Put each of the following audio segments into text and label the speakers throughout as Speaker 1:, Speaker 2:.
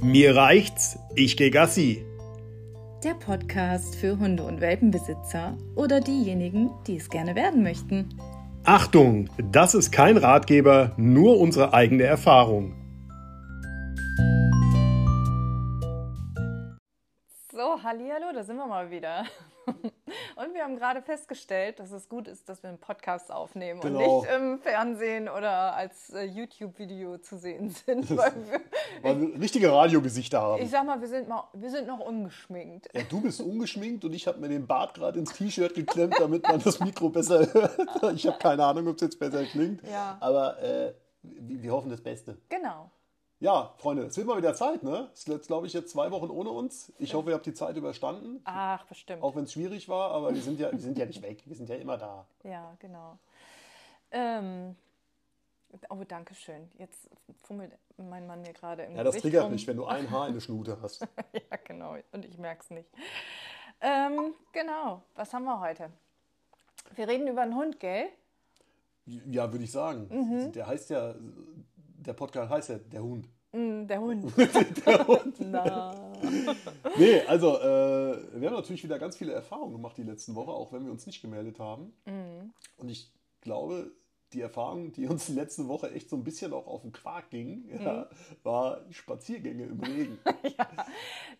Speaker 1: Mir reicht's, ich geh Gassi.
Speaker 2: Der Podcast für Hunde- und Welpenbesitzer oder diejenigen, die es gerne werden möchten.
Speaker 1: Achtung, das ist kein Ratgeber, nur unsere eigene Erfahrung.
Speaker 2: So, hallo, da sind wir mal wieder. Und wir haben gerade festgestellt, dass es gut ist, dass wir einen Podcast aufnehmen
Speaker 3: Genau.
Speaker 2: und nicht im Fernsehen oder als äh, YouTube-Video zu sehen sind.
Speaker 3: Das-
Speaker 2: Weil wir,
Speaker 3: Weil wir richtige Radiogesichter
Speaker 2: ich
Speaker 3: haben.
Speaker 2: sag mal, wir sind, mal, wir sind noch ungeschminkt.
Speaker 3: Ja, du bist ungeschminkt und ich habe mir den Bart gerade ins T-Shirt geklemmt, damit man das Mikro besser hört. Ich habe keine Ahnung, ob es jetzt besser klingt.
Speaker 2: Ja.
Speaker 3: Aber äh, wir, wir hoffen das Beste.
Speaker 2: Genau.
Speaker 3: Ja, Freunde, es wird mal wieder Zeit, ne? Es ist jetzt, glaube ich, jetzt zwei Wochen ohne uns. Ich hoffe, ihr habt die Zeit überstanden.
Speaker 2: Ach, bestimmt.
Speaker 3: Auch wenn es schwierig war, aber wir sind, ja, wir sind ja nicht weg. Wir sind ja immer da.
Speaker 2: Ja, genau. Ähm, oh, danke schön. Jetzt fummelt mein Mann mir gerade im
Speaker 3: Ja, das
Speaker 2: Gesicht
Speaker 3: triggert
Speaker 2: rum.
Speaker 3: mich, wenn du ein Haar in der Schnute hast.
Speaker 2: Ja, genau. Und ich merke es nicht. Ähm, genau. Was haben wir heute? Wir reden über einen Hund, gell?
Speaker 3: Ja, würde ich sagen.
Speaker 2: Mhm.
Speaker 3: Der heißt ja, der Podcast heißt ja Der Hund.
Speaker 2: Mm, der Hund. Na.
Speaker 3: Nee, also äh, wir haben natürlich wieder ganz viele Erfahrungen gemacht die letzten Woche, auch wenn wir uns nicht gemeldet haben.
Speaker 2: Mhm.
Speaker 3: Und ich glaube, die Erfahrung, die uns die letzte Woche echt so ein bisschen auch auf den Quark ging, ja,
Speaker 2: Mhm.
Speaker 3: war Spaziergänge im Regen.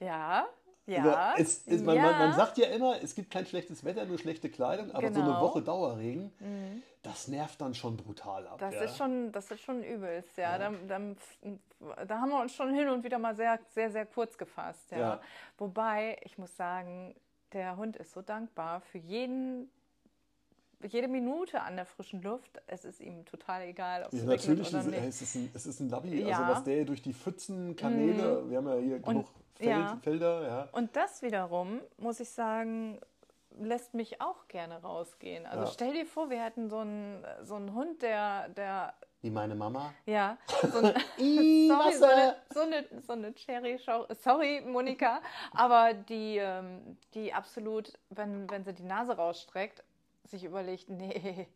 Speaker 2: Ja.
Speaker 3: Also
Speaker 2: Ja.
Speaker 3: es, es, man, man, man
Speaker 2: ja.
Speaker 3: sagt ja immer, es gibt kein schlechtes Wetter, nur schlechte Kleidung, aber so eine
Speaker 2: Genau. Mhm.
Speaker 3: Woche Dauerregen, das nervt dann schon brutal ab.
Speaker 2: Das
Speaker 3: ja.
Speaker 2: ist schon, das ist schon übelst, ja. Da, da, da haben wir uns schon hin und wieder mal sehr, sehr, sehr kurz gefasst, ja.
Speaker 3: Ja.
Speaker 2: Wobei, ich muss sagen, der Hund ist so dankbar für jeden, jede Minute an der frischen Luft. Es ist ihm total egal, ob es
Speaker 3: Ja,
Speaker 2: regnet
Speaker 3: natürlich
Speaker 2: oder
Speaker 3: ist
Speaker 2: nicht.
Speaker 3: Also, es, ist ein, es ist ein Labby.
Speaker 2: Ja.
Speaker 3: Also was der hier durch die Pfützen, Kanäle, wir haben ja hier genug Feld,
Speaker 2: Mhm. ja.
Speaker 3: Felder, ja.
Speaker 2: Und das wiederum, muss ich sagen, lässt mich auch gerne rausgehen. Also
Speaker 3: Ja.
Speaker 2: stell dir vor, wir hätten so einen, so einen Hund, der, der
Speaker 3: Wie meine Mama.
Speaker 2: Ja, so eine,
Speaker 3: Ih,
Speaker 2: sorry, so
Speaker 3: Wasser.
Speaker 2: eine, so eine, so eine Cherry Show. Sorry, Monika, aber die, ähm, die absolut, wenn, wenn sie die Nase rausstreckt, sich überlegt, nee,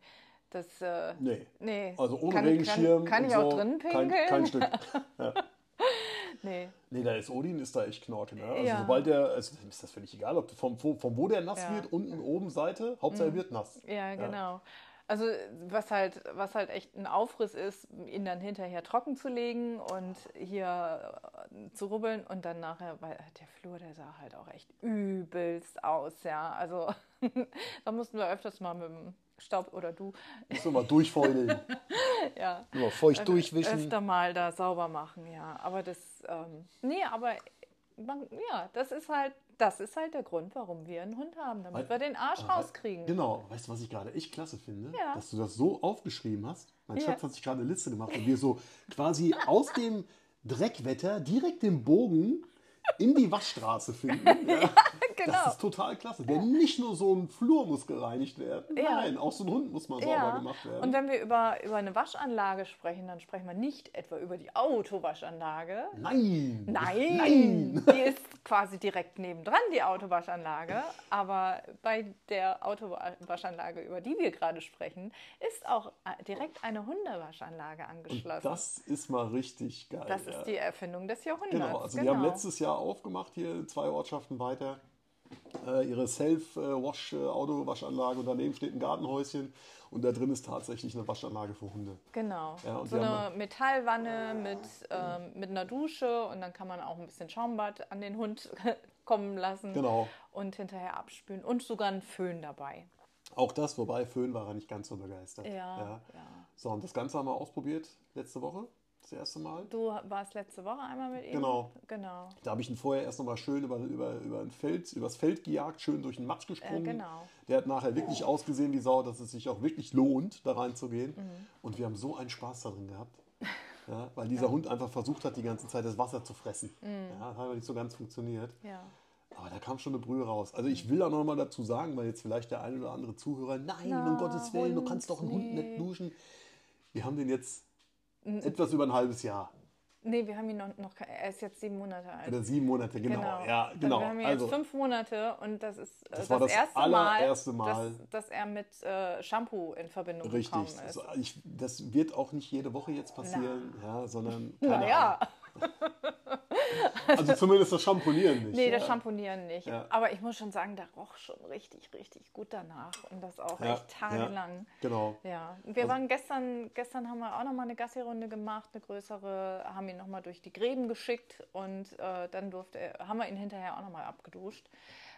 Speaker 2: das, äh,
Speaker 3: Nee.
Speaker 2: nee.
Speaker 3: Also ohne
Speaker 2: kann,
Speaker 3: Regenschirm.
Speaker 2: Kann, kann
Speaker 3: und
Speaker 2: ich
Speaker 3: so,
Speaker 2: auch drinnen pinkeln?
Speaker 3: Kein, kein Stück.
Speaker 2: Nee.
Speaker 3: Nee, da ist Odin ist da echt Knorke. Ne? Also
Speaker 2: Ja.
Speaker 3: sobald der, also dem ist das völlig egal, ob vom, vom, vom wo der nass
Speaker 2: Ja. Mhm.
Speaker 3: wird, unten, oben, Seite, Hauptsache er wird nass.
Speaker 2: Ja, genau. Also was halt, was halt echt ein Aufriss ist, ihn dann hinterher trocken zu legen und hier äh, zu rubbeln und dann nachher, weil der Flur, der sah halt auch echt übelst aus, ja. Also da mussten wir öfters mal mit dem Staub oder du,
Speaker 3: Muss man mal durchfeudeln.
Speaker 2: ja, äh,
Speaker 3: Nur mal feucht durchwischen.
Speaker 2: öfter mal da sauber machen, ja. Aber das, ähm, nee, aber man, ja, das ist halt, das ist halt der Grund, warum wir einen Hund haben, damit wir den Arsch
Speaker 3: Aber-
Speaker 2: rauskriegen.
Speaker 3: Genau, weißt du, was ich gerade echt klasse finde?
Speaker 2: Ja.
Speaker 3: Dass du das so aufgeschrieben hast. Mein
Speaker 2: Ja.
Speaker 3: Schatz hat sich gerade eine Liste gemacht und wir so quasi aus dem Dreckwetter direkt den Bogen in die Waschstraße finden. Ja. Das
Speaker 2: Genau.
Speaker 3: ist total klasse. Denn nicht nur so ein Flur muss gereinigt werden,
Speaker 2: Ja.
Speaker 3: nein, auch so ein Hund muss mal sauber
Speaker 2: Ja,
Speaker 3: gemacht werden.
Speaker 2: und wenn wir über, über eine Waschanlage sprechen, dann sprechen wir nicht etwa über die Autowaschanlage.
Speaker 3: nein!
Speaker 2: Nein,
Speaker 3: Nein!
Speaker 2: die ist quasi direkt nebendran, die Autowaschanlage. Aber bei der Autowaschanlage, über die wir gerade sprechen, ist auch äh, direkt eine Hundewaschanlage angeschlossen.
Speaker 3: Das ist mal richtig geil.
Speaker 2: Das
Speaker 3: ja.
Speaker 2: ist die Erfindung des Jahrhunderts.
Speaker 3: Genau, also die haben letztes Jahr aufgemacht hier zwei Ortschaften weiter. Äh, ihre Self-Wash-Auto-Waschanlage und daneben steht ein Gartenhäuschen und da drin ist tatsächlich eine Waschanlage für Hunde.
Speaker 2: Genau.
Speaker 3: Ja, und
Speaker 2: so
Speaker 3: die haben
Speaker 2: eine Metallwanne mit, ähm, mit einer Dusche und dann kann man auch ein bisschen Schaumbad an den Hund kommen lassen.
Speaker 3: Genau.
Speaker 2: Und hinterher abspülen und sogar einen Föhn dabei.
Speaker 3: Auch das, wobei Föhn war er nicht ganz so begeistert.
Speaker 2: Ja, ja.
Speaker 3: So, und das Ganze haben wir ausprobiert letzte Woche, das erste Mal.
Speaker 2: Du warst letzte Woche einmal mit ihm.
Speaker 3: Genau.
Speaker 2: Genau.
Speaker 3: Da habe ich ihn vorher erst nochmal schön über, über, über ein Feld, übers Feld gejagt, schön durch den Matsch gesprungen.
Speaker 2: Äh, genau.
Speaker 3: Der hat nachher wirklich ausgesehen wie Sau, dass es sich auch wirklich lohnt, da reinzugehen.
Speaker 2: Mhm.
Speaker 3: Und wir haben so einen Spaß darin gehabt. Ja, weil dieser Hund einfach versucht hat, die ganze Zeit das Wasser zu fressen.
Speaker 2: Mhm.
Speaker 3: Ja, das hat aber nicht so ganz funktioniert.
Speaker 2: Ja.
Speaker 3: Aber da kam schon eine Brühe raus. Also ich will da nochmal dazu sagen, weil jetzt vielleicht der ein oder andere Zuhörer, nein, um Gottes Willen, du kannst doch einen Hund nicht duschen. Wir haben den jetzt
Speaker 2: Mhm.
Speaker 3: etwas über ein halbes Jahr.
Speaker 2: Nee, wir haben ihn noch, noch. Er ist jetzt sieben Monate alt.
Speaker 3: Oder sieben Monate, genau. Ja,
Speaker 2: Also
Speaker 3: genau.
Speaker 2: Wir haben ihn jetzt fünf Monate und das ist äh,
Speaker 3: Das war das
Speaker 2: erste
Speaker 3: allererste Mal.
Speaker 2: Dass, dass er mit äh, Shampoo in Verbindung
Speaker 3: Richtig.
Speaker 2: gekommen ist.
Speaker 3: Das, ich, das wird auch nicht jede Woche jetzt passieren, ja, sondern. keine
Speaker 2: Naja.
Speaker 3: Also zumindest das Schamponieren nicht.
Speaker 2: Nee, das
Speaker 3: ja.
Speaker 2: Schamponieren nicht.
Speaker 3: Ja.
Speaker 2: Aber ich muss schon sagen, der roch schon richtig, richtig gut danach. Und das auch
Speaker 3: Ja,
Speaker 2: echt tagelang.
Speaker 3: Genau.
Speaker 2: Ja, wir
Speaker 3: Also-
Speaker 2: waren gestern, gestern haben wir auch nochmal eine Gassi-Runde gemacht, eine größere, haben ihn nochmal durch die Gräben geschickt und äh, dann durfte er, haben wir ihn hinterher auch nochmal abgeduscht,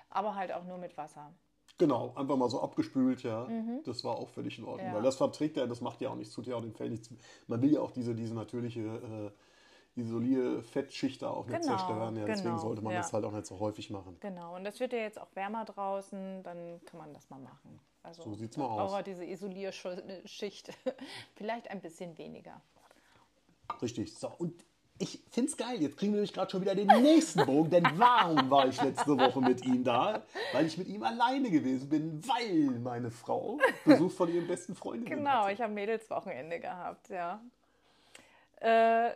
Speaker 2: aber halt auch nur mit Wasser.
Speaker 3: Genau, einfach mal so abgespült, ja. Das war auch völlig in Ordnung,
Speaker 2: Mhm. Ja.
Speaker 3: weil das verträgt ja, das macht ja auch nichts, tut ja auch dem Fell nichts. Man will ja auch diese, diese natürliche äh, Isolier-Fettschicht da auch nicht
Speaker 2: Genau,
Speaker 3: zerstören. Ja, deswegen
Speaker 2: genau,
Speaker 3: sollte man
Speaker 2: ja.
Speaker 3: das halt auch nicht so häufig machen.
Speaker 2: Genau, und das wird ja jetzt auch wärmer draußen, dann kann man das mal machen. Also
Speaker 3: So sieht's mal
Speaker 2: da
Speaker 3: aus.
Speaker 2: braucht er diese Isolierschicht vielleicht ein bisschen weniger.
Speaker 3: Richtig. So, und ich find's geil. Jetzt kriegen wir nämlich gerade schon wieder den nächsten Bogen, denn warum war ich letzte Woche mit ihm da? Weil ich mit ihm alleine gewesen bin, weil meine Frau Besuch von ihrem besten Freund
Speaker 2: Genau,
Speaker 3: hatte.
Speaker 2: ich habe Mädelswochenende gehabt, ja. Äh,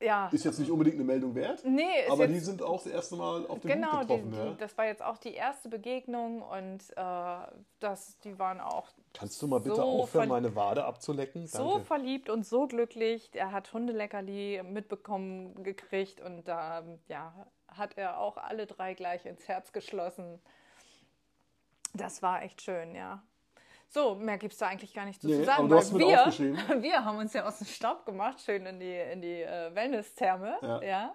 Speaker 2: ja.
Speaker 3: Ist jetzt nicht unbedingt eine Meldung wert,
Speaker 2: Nee, ist
Speaker 3: aber
Speaker 2: jetzt-
Speaker 3: die sind auch das erste Mal auf den
Speaker 2: Genau,
Speaker 3: Hut
Speaker 2: die,
Speaker 3: getroffen.
Speaker 2: die,
Speaker 3: ja?
Speaker 2: das war jetzt auch die erste Begegnung und äh, das, die waren auch
Speaker 3: Kannst du mal bitte
Speaker 2: So
Speaker 3: aufhören,
Speaker 2: verliebt.
Speaker 3: meine Wade abzulecken?
Speaker 2: so
Speaker 3: Danke.
Speaker 2: verliebt und so glücklich. Er hat Hundeleckerli mitbekommen gekriegt und da ja, hat er auch alle drei gleich ins Herz geschlossen. Das war echt schön, ja. So, mehr gibt es da eigentlich gar nicht zu
Speaker 3: Nee,
Speaker 2: sagen,
Speaker 3: aber du hast
Speaker 2: weil
Speaker 3: mit
Speaker 2: wir,
Speaker 3: aufgeschrieben.
Speaker 2: wir haben uns ja aus dem Staub gemacht, schön in die, in die äh, Wellness-Therme,
Speaker 3: Ja.
Speaker 2: ja.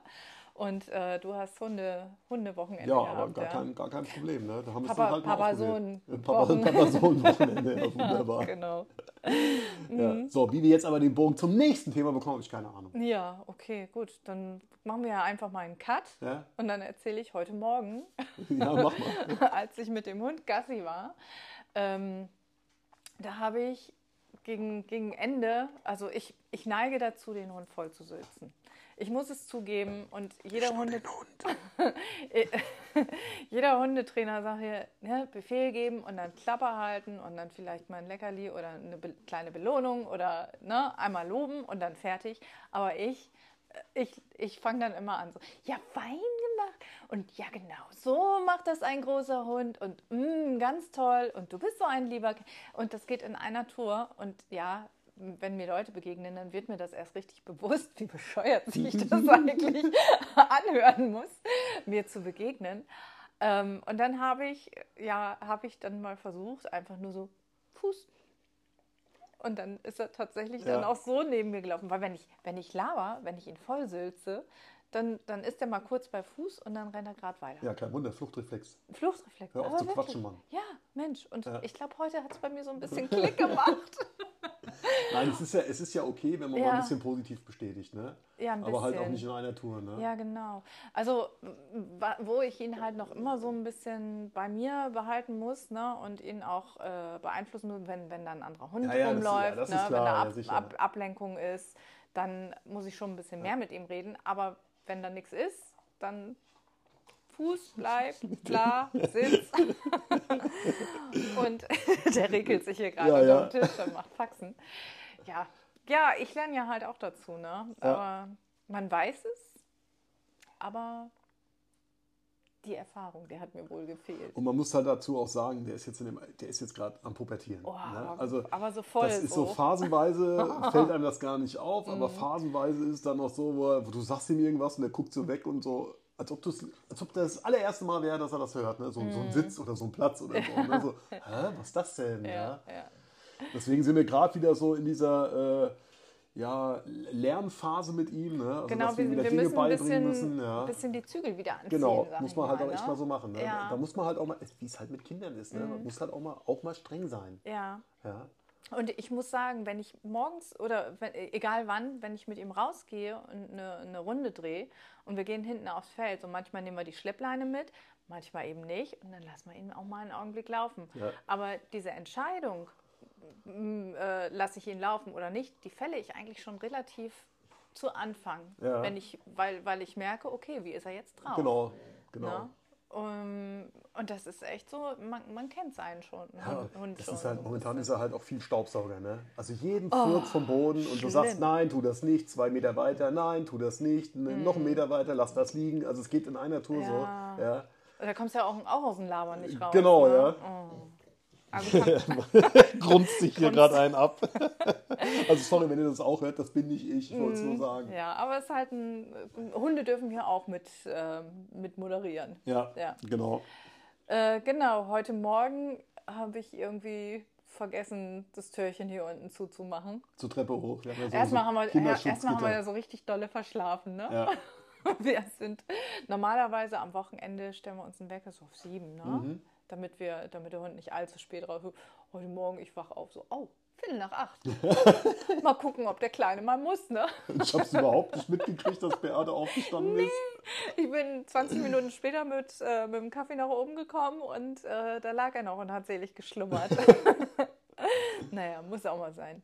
Speaker 2: Und äh, du hast Hunde, Hundewochenende
Speaker 3: ja,
Speaker 2: gehabt.
Speaker 3: aber gar,
Speaker 2: ja.
Speaker 3: kein, gar kein Problem. Ne? Da haben wir es
Speaker 2: Papa-
Speaker 3: dann halt mal
Speaker 2: Papa,
Speaker 3: ausprobiert.
Speaker 2: Sohn,
Speaker 3: Papa,
Speaker 2: Wochen.
Speaker 3: Papa Sohn Wochenende. Ja, wunderbar.
Speaker 2: Genau. Mhm.
Speaker 3: Ja. So, wie wir jetzt aber den Bogen zum nächsten Thema bekommen, habe ich keine Ahnung.
Speaker 2: Ja, okay, gut. Dann machen wir ja einfach mal einen Cut.
Speaker 3: Ja?
Speaker 2: Und dann erzähle ich heute Morgen,
Speaker 3: ja, mach mal.
Speaker 2: als ich mit dem Hund Gassi war, ähm, da habe ich gegen, gegen Ende, also ich, ich neige dazu, den Hund voll zu sülzen. Ich muss es zugeben und jeder, Hunde, jeder Hundetrainer sagt hier, ne, Befehl geben und dann Klapper halten und dann vielleicht mal ein Leckerli oder eine be kleine Belohnung oder ne, einmal loben und dann fertig. Aber ich, äh, ich, ich fange dann immer an so, ja, fein gemacht und ja, genau, so macht das ein großer Hund und mm, ganz toll und du bist so ein lieber K- und das geht in einer Tour und ja, wenn mir Leute begegnen, dann wird mir das erst richtig bewusst, wie bescheuert sich das eigentlich anhören muss, mir zu begegnen. Ähm, und dann habe ich, ja, habe ich dann mal versucht, einfach nur so Fuß. Und dann ist er tatsächlich dann
Speaker 3: Ja.
Speaker 2: auch so neben mir gelaufen. Weil wenn ich, wenn ich laber, wenn ich ihn vollsülze, dann, dann ist er mal kurz bei Fuß und dann rennt er gerade weiter.
Speaker 3: Ja, kein Wunder, Fluchtreflex.
Speaker 2: Fluchtreflex.
Speaker 3: Hör auf
Speaker 2: aber
Speaker 3: zu
Speaker 2: wirklich.
Speaker 3: quatschen, Mann.
Speaker 2: Ja, Mensch. Und
Speaker 3: Ja.
Speaker 2: ich glaube, heute hat es bei mir so ein bisschen Klick gemacht.
Speaker 3: Nein, es ist ja, es ist ja okay, wenn man mal
Speaker 2: Ja.
Speaker 3: ein bisschen positiv bestätigt. Ne?
Speaker 2: Ja, ein
Speaker 3: Aber halt auch
Speaker 2: bisschen.
Speaker 3: nicht in einer Tour. Ne?
Speaker 2: Ja, genau. Also, m- wa- wo ich ihn halt noch immer so ein bisschen bei mir behalten muss ne, und ihn auch äh, beeinflussen muss, wenn, wenn da ein anderer Hund
Speaker 3: Ja, ja, das- ja,
Speaker 2: rumläuft,
Speaker 3: das ist
Speaker 2: ne,
Speaker 3: klar,
Speaker 2: wenn da
Speaker 3: ja,
Speaker 2: Ab
Speaker 3: sicher.
Speaker 2: Ab Ablenkung ist, dann muss ich schon ein bisschen mehr mit ihm reden. Aber wenn da nichts ist, dann Fuß, bleib, klar, Sitz. und der regelt sich hier gerade
Speaker 3: Ja, ja.
Speaker 2: unter dem Tisch und macht Faxen. Ja, ja ich lerne ja halt auch dazu, ne?
Speaker 3: Ja.
Speaker 2: Aber man weiß es, aber die Erfahrung, die hat mir wohl gefehlt.
Speaker 3: Und man muss halt dazu auch sagen, der ist jetzt, in dem, der ist jetzt gerade am Pubertieren.
Speaker 2: Oh,
Speaker 3: ne? Also
Speaker 2: aber so Mhm. voll.
Speaker 3: Das ist so phasenweise, fällt einem das gar nicht auf, aber phasenweise ist dann noch so, wo, er, wo du sagst ihm irgendwas und er guckt so weg und so, als ob, du's- als ob das allererste Mal wäre, dass er das hört. Ne? So, so ein Sitz oder so ein Platz oder so. Ne? so Hä, was ist das denn? Ja.
Speaker 2: Mhm. ja, ja.
Speaker 3: Deswegen sind wir gerade wieder so in dieser äh, ja, Lernphase mit ihm. Ne? Also,
Speaker 2: Genau,
Speaker 3: dass wir, ihm
Speaker 2: wir,
Speaker 3: wieder
Speaker 2: wir
Speaker 3: Dinge
Speaker 2: müssen ein bisschen,
Speaker 3: beibringen müssen. Ja.
Speaker 2: bisschen die Zügel wieder anziehen.
Speaker 3: Genau,
Speaker 2: sag
Speaker 3: muss
Speaker 2: ich
Speaker 3: man halt
Speaker 2: mal,
Speaker 3: auch echt
Speaker 2: ne?
Speaker 3: mal so machen. Ne?
Speaker 2: Ja. Mhm.
Speaker 3: Da muss man halt auch mal, wie es halt mit Kindern ist, ne? man muss halt auch mal, auch mal streng sein.
Speaker 2: ja.
Speaker 3: Ja.
Speaker 2: Und ich muss sagen, wenn ich morgens oder wenn, e, egal wann, wenn ich mit ihm rausgehe und eine, eine Runde drehe und wir gehen hinten aufs Feld und manchmal nehmen wir die Schleppleine mit, manchmal eben nicht und dann lassen wir ihn auch mal einen Augenblick laufen.
Speaker 3: Ja.
Speaker 2: Aber diese Entscheidung, m, äh, lasse ich ihn laufen oder nicht, die fälle ich eigentlich schon relativ zu Anfang,
Speaker 3: Ja.
Speaker 2: wenn ich, weil, weil ich merke, okay, wie ist er jetzt drauf?
Speaker 3: Genau, genau.
Speaker 2: Ne? Um, und das ist echt so, man, man kennt seinen schon.
Speaker 3: Ja,
Speaker 2: Hund- Hund
Speaker 3: das
Speaker 2: schon
Speaker 3: ist halt,
Speaker 2: so ein
Speaker 3: momentan
Speaker 2: bisschen.
Speaker 3: ist er halt auch viel Staubsauger, ne? Also jeden Furz vom Boden und du
Speaker 2: schlimm.
Speaker 3: sagst, nein, tu das nicht, zwei Meter weiter, nein, tu das nicht, ne, noch einen Meter weiter, lass das liegen. Also es geht in einer Tour
Speaker 2: Mhm. Ja.
Speaker 3: so. Ja.
Speaker 2: Da kommst du ja auch, auch aus dem Labern nicht raus.
Speaker 3: Genau,
Speaker 2: ne?
Speaker 3: ja.
Speaker 2: Oh. Aber du kannst,
Speaker 3: Grunzt sich hier
Speaker 2: Grunzt. gerade
Speaker 3: einen ab. Also sorry, wenn ihr das auch hört, das bin nicht ich. Ich wollte es nur sagen.
Speaker 2: Mhm. Ja, aber es ist halt ein. Hunde dürfen hier auch mit, ähm, mit moderieren.
Speaker 3: Ja,
Speaker 2: Ja.
Speaker 3: genau.
Speaker 2: Äh, genau, heute Morgen habe ich irgendwie vergessen, das Türchen hier unten zuzumachen.
Speaker 3: Zur Treppe hoch. Wir haben ja so-
Speaker 2: Erstmal
Speaker 3: so
Speaker 2: haben, wir, ja,
Speaker 3: Kinderschutzgitter.
Speaker 2: erstmal haben wir ja so richtig dolle verschlafen, ne?
Speaker 3: Ja.
Speaker 2: Wir sind normalerweise am Wochenende stellen wir uns einen Wecker so auf sieben, ne?
Speaker 3: Mhm.
Speaker 2: Damit wir, damit der Hund nicht allzu spät drauf. Heute Morgen, ich wache auf so, oh, Viertel nach acht. mal gucken, ob der Kleine mal muss, ne?
Speaker 3: Ich habe es überhaupt nicht mitgekriegt, dass Beate aufgestanden ist.
Speaker 2: Ich bin 20 Minuten später mit, äh, mit dem Kaffee nach oben gekommen und äh, da lag er noch und hat selig geschlummert. naja, muss auch mal sein.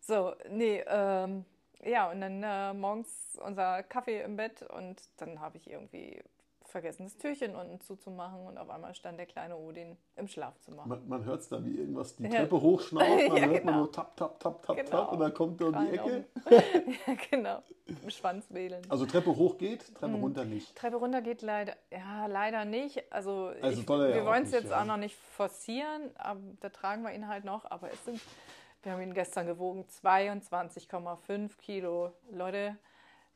Speaker 2: So, nee, ähm, ja, und dann äh, morgens unser Kaffee im Bett und dann habe ich irgendwie vergessen, das Türchen unten zuzumachen und auf einmal stand der kleine Odin im Schlafzimmer.
Speaker 3: Man, man hört es da wie irgendwas die
Speaker 2: Ja.
Speaker 3: Treppe hochschnauft, man
Speaker 2: Ja,
Speaker 3: hört man
Speaker 2: genau.
Speaker 3: nur tap, tap, tap, tap,
Speaker 2: Genau.
Speaker 3: tap und dann kommt er um die
Speaker 2: Rein
Speaker 3: Ecke.
Speaker 2: oben. halt ja, genau. Im Schwanz wedeln.
Speaker 3: Also Treppe hoch geht, Treppe
Speaker 2: Mhm.
Speaker 3: runter nicht.
Speaker 2: Treppe runter geht leider, ja, leider nicht. Also,
Speaker 3: Also
Speaker 2: ich,
Speaker 3: soll er ja
Speaker 2: wir
Speaker 3: auch
Speaker 2: wollen es
Speaker 3: nicht,
Speaker 2: jetzt
Speaker 3: ja.
Speaker 2: auch noch nicht forcieren, aber da tragen wir ihn halt noch. Aber es sind, wir haben ihn gestern gewogen, 22,5 Kilo. Leute,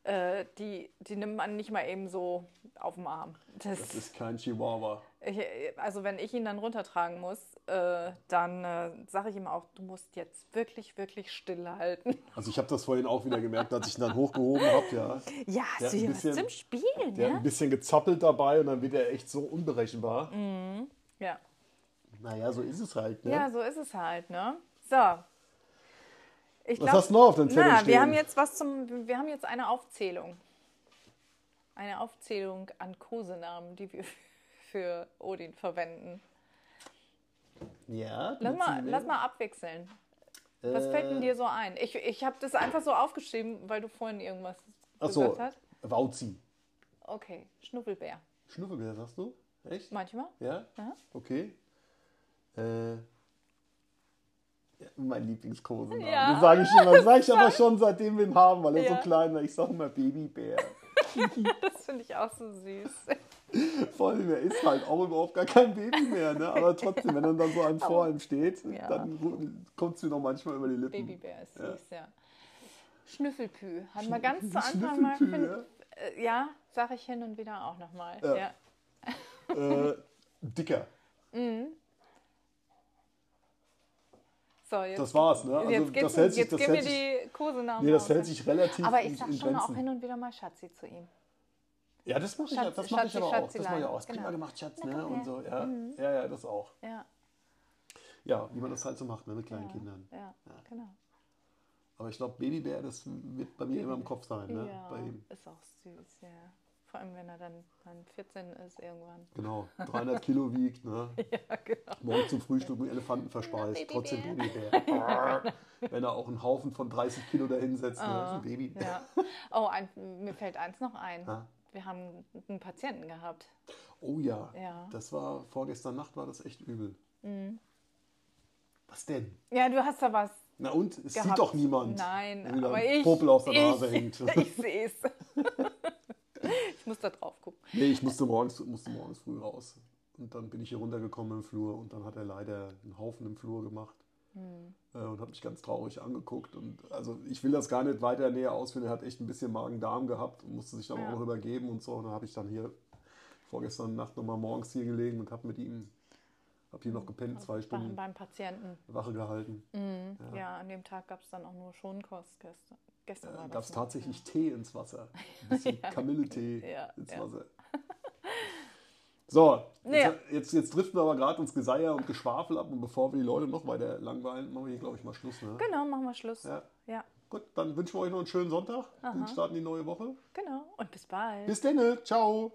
Speaker 2: äh, die, die nimmt man nicht mal eben so auf dem Arm. Das,
Speaker 3: Das ist kein Chihuahua.
Speaker 2: ich, also wenn ich ihn dann runtertragen muss, äh, dann äh, sage ich ihm auch, du musst jetzt wirklich, wirklich stillhalten.
Speaker 3: Also ich habe das vorhin auch wieder gemerkt, als ich ihn dann hochgehoben habe, ja.
Speaker 2: Ja,
Speaker 3: Der
Speaker 2: hast
Speaker 3: hat
Speaker 2: du
Speaker 3: ein
Speaker 2: hier was
Speaker 3: bisschen-
Speaker 2: zum Spielen,
Speaker 3: Der hat
Speaker 2: ja?
Speaker 3: ein bisschen gezappelt dabei und dann wird er echt so unberechenbar.
Speaker 2: Ja.
Speaker 3: Naja, so ist es halt, ne?
Speaker 2: Mhm. Ja, so ist es halt, ne? So. Ich
Speaker 3: Was hast du noch auf dem Zettel
Speaker 2: Na,
Speaker 3: stehen?
Speaker 2: wir haben jetzt was zum. Wir haben jetzt eine Aufzählung. Eine Aufzählung an Kosenamen, die wir für Odin verwenden.
Speaker 3: ja ne?
Speaker 2: Lass mal,
Speaker 3: letzten-
Speaker 2: lass mal abwechseln. Was fällt
Speaker 3: Äh.
Speaker 2: denn dir so ein? Ich, ich habe das einfach so aufgeschrieben, weil du vorhin irgendwas
Speaker 3: Ach so,
Speaker 2: gesagt hast.
Speaker 3: Wauzi.
Speaker 2: Okay, Schnuffelbär.
Speaker 3: Schnuffelbär, sagst du? Echt?
Speaker 2: Manchmal?
Speaker 3: Ja?
Speaker 2: Ja.
Speaker 3: Okay. Äh, ja, mein Lieblingskosen.
Speaker 2: Ja.
Speaker 3: Das sage ich immer. Das sage ich aber schon, seitdem wir ihn haben, weil er
Speaker 2: Ja.
Speaker 3: so klein war. Ich sage immer Babybär.
Speaker 2: Das finde ich auch so süß.
Speaker 3: Vor allem, er ist halt auch überhaupt gar kein Baby mehr. Ne? Aber trotzdem, wenn er dann so einem vor einem steht,
Speaker 2: Ja.
Speaker 3: dann kommt es mir noch manchmal über die Lippen.
Speaker 2: Babybär ist süß, ja. Schnüffelpü. Hatten wir ganz zu Anfang mal.
Speaker 3: Schnüffelpü,
Speaker 2: Find, äh, ja, sage ich hin und wieder auch nochmal.
Speaker 3: Ja.
Speaker 2: Ja.
Speaker 3: Äh, dicker.
Speaker 2: So, jetzt,
Speaker 3: Das war's, ne? Also,
Speaker 2: jetzt,
Speaker 3: das
Speaker 2: geht's-
Speaker 3: hält sich,
Speaker 2: jetzt
Speaker 3: das
Speaker 2: gib mir
Speaker 3: hält sich,
Speaker 2: die Kosenamen.
Speaker 3: nee, das
Speaker 2: raus.
Speaker 3: hält sich relativ
Speaker 2: Aber ich
Speaker 3: in-
Speaker 2: sag
Speaker 3: in
Speaker 2: schon auch
Speaker 3: Grenzen.
Speaker 2: hin und wieder mal Schatzi zu ihm.
Speaker 3: Ja, das mache ich,
Speaker 2: Schatz-
Speaker 3: das mach ich
Speaker 2: Schatzi,
Speaker 3: aber auch. Das mache ich
Speaker 2: Schatzilein,
Speaker 3: auch. Das prima
Speaker 2: genau.
Speaker 3: gemacht, Schatz,
Speaker 2: Na, Mhm.
Speaker 3: ne?
Speaker 2: komm
Speaker 3: Und
Speaker 2: her.
Speaker 3: so, ja. Ja, ja, das auch.
Speaker 2: Ja,
Speaker 3: Ja, wie man das halt so macht, ne, mit kleinen
Speaker 2: ja,
Speaker 3: Kindern.
Speaker 2: Ja, genau.
Speaker 3: Aber ich glaube, Babybär, das wird bei mir immer im Kopf sein, ne?
Speaker 2: ja,
Speaker 3: Bei ihm.
Speaker 2: ist auch süß, ja. Vor allem, wenn er dann, dann 14 ist irgendwann.
Speaker 3: Genau, 300 Kilo wiegt, ne?
Speaker 2: Ja, genau.
Speaker 3: Morgen zum Frühstück einen Elefanten verspeist,
Speaker 2: Babybär.
Speaker 3: trotzdem Babybär. Wenn er auch einen Haufen von 30 Kilo dahinsetzt, ne?
Speaker 2: Ah.
Speaker 3: Ist ein Babybär.
Speaker 2: Ja. Oh, ein, mir fällt eins noch ein.
Speaker 3: Ja.
Speaker 2: Wir haben einen Patienten gehabt.
Speaker 3: Oh ja.
Speaker 2: Ja. Mhm.
Speaker 3: das war vorgestern Nacht, war das echt übel. Was denn?
Speaker 2: Ja, du hast da was
Speaker 3: Na und? Es
Speaker 2: gehabt.
Speaker 3: sieht doch niemand.
Speaker 2: Nein,
Speaker 3: wie da
Speaker 2: aber
Speaker 3: ein
Speaker 2: ich.
Speaker 3: Popel aus der
Speaker 2: ich,
Speaker 3: Nase hängt.
Speaker 2: Ich sehe es. ich muss da drauf gucken.
Speaker 3: Nee, ich musste morgens, musste morgens früh raus. Und dann bin ich hier runtergekommen im Flur und dann hat er leider einen Haufen im Flur gemacht.
Speaker 2: Hm.
Speaker 3: Äh, Und hat mich ganz traurig angeguckt. Und also ich will das gar nicht weiter näher ausführen. Er hat echt ein bisschen Magen-Darm gehabt und musste sich dann auch noch übergeben und so. Und dann habe ich dann hier vorgestern Nacht nochmal morgens hier gelegen und habe mit ihm, habe hier noch gepennt, zwei
Speaker 2: Beim,
Speaker 3: Stunden
Speaker 2: beim Patienten.
Speaker 3: Wache gehalten.
Speaker 2: Ja. an dem Tag gab es dann auch nur Schonkost gestern. Gestern war
Speaker 3: Äh,
Speaker 2: das
Speaker 3: Gab es
Speaker 2: noch.
Speaker 3: tatsächlich Tee ins Wasser. Ein bisschen Kamilletee
Speaker 2: Ja,
Speaker 3: ins
Speaker 2: ja.
Speaker 3: Wasser. So,
Speaker 2: Naja.
Speaker 3: jetzt, jetzt, jetzt driften wir aber gerade ins Geseier und Geschwafel ab. Und bevor wir die Leute noch weiter langweilen, machen wir hier, glaube ich, mal Schluss. Ne?
Speaker 2: Genau, machen wir Schluss.
Speaker 3: Ja.
Speaker 2: Ja,
Speaker 3: Gut, dann wünschen wir euch noch einen schönen Sonntag. Wir starten die neue Woche.
Speaker 2: genau. Und bis bald.
Speaker 3: Bis dann, ciao.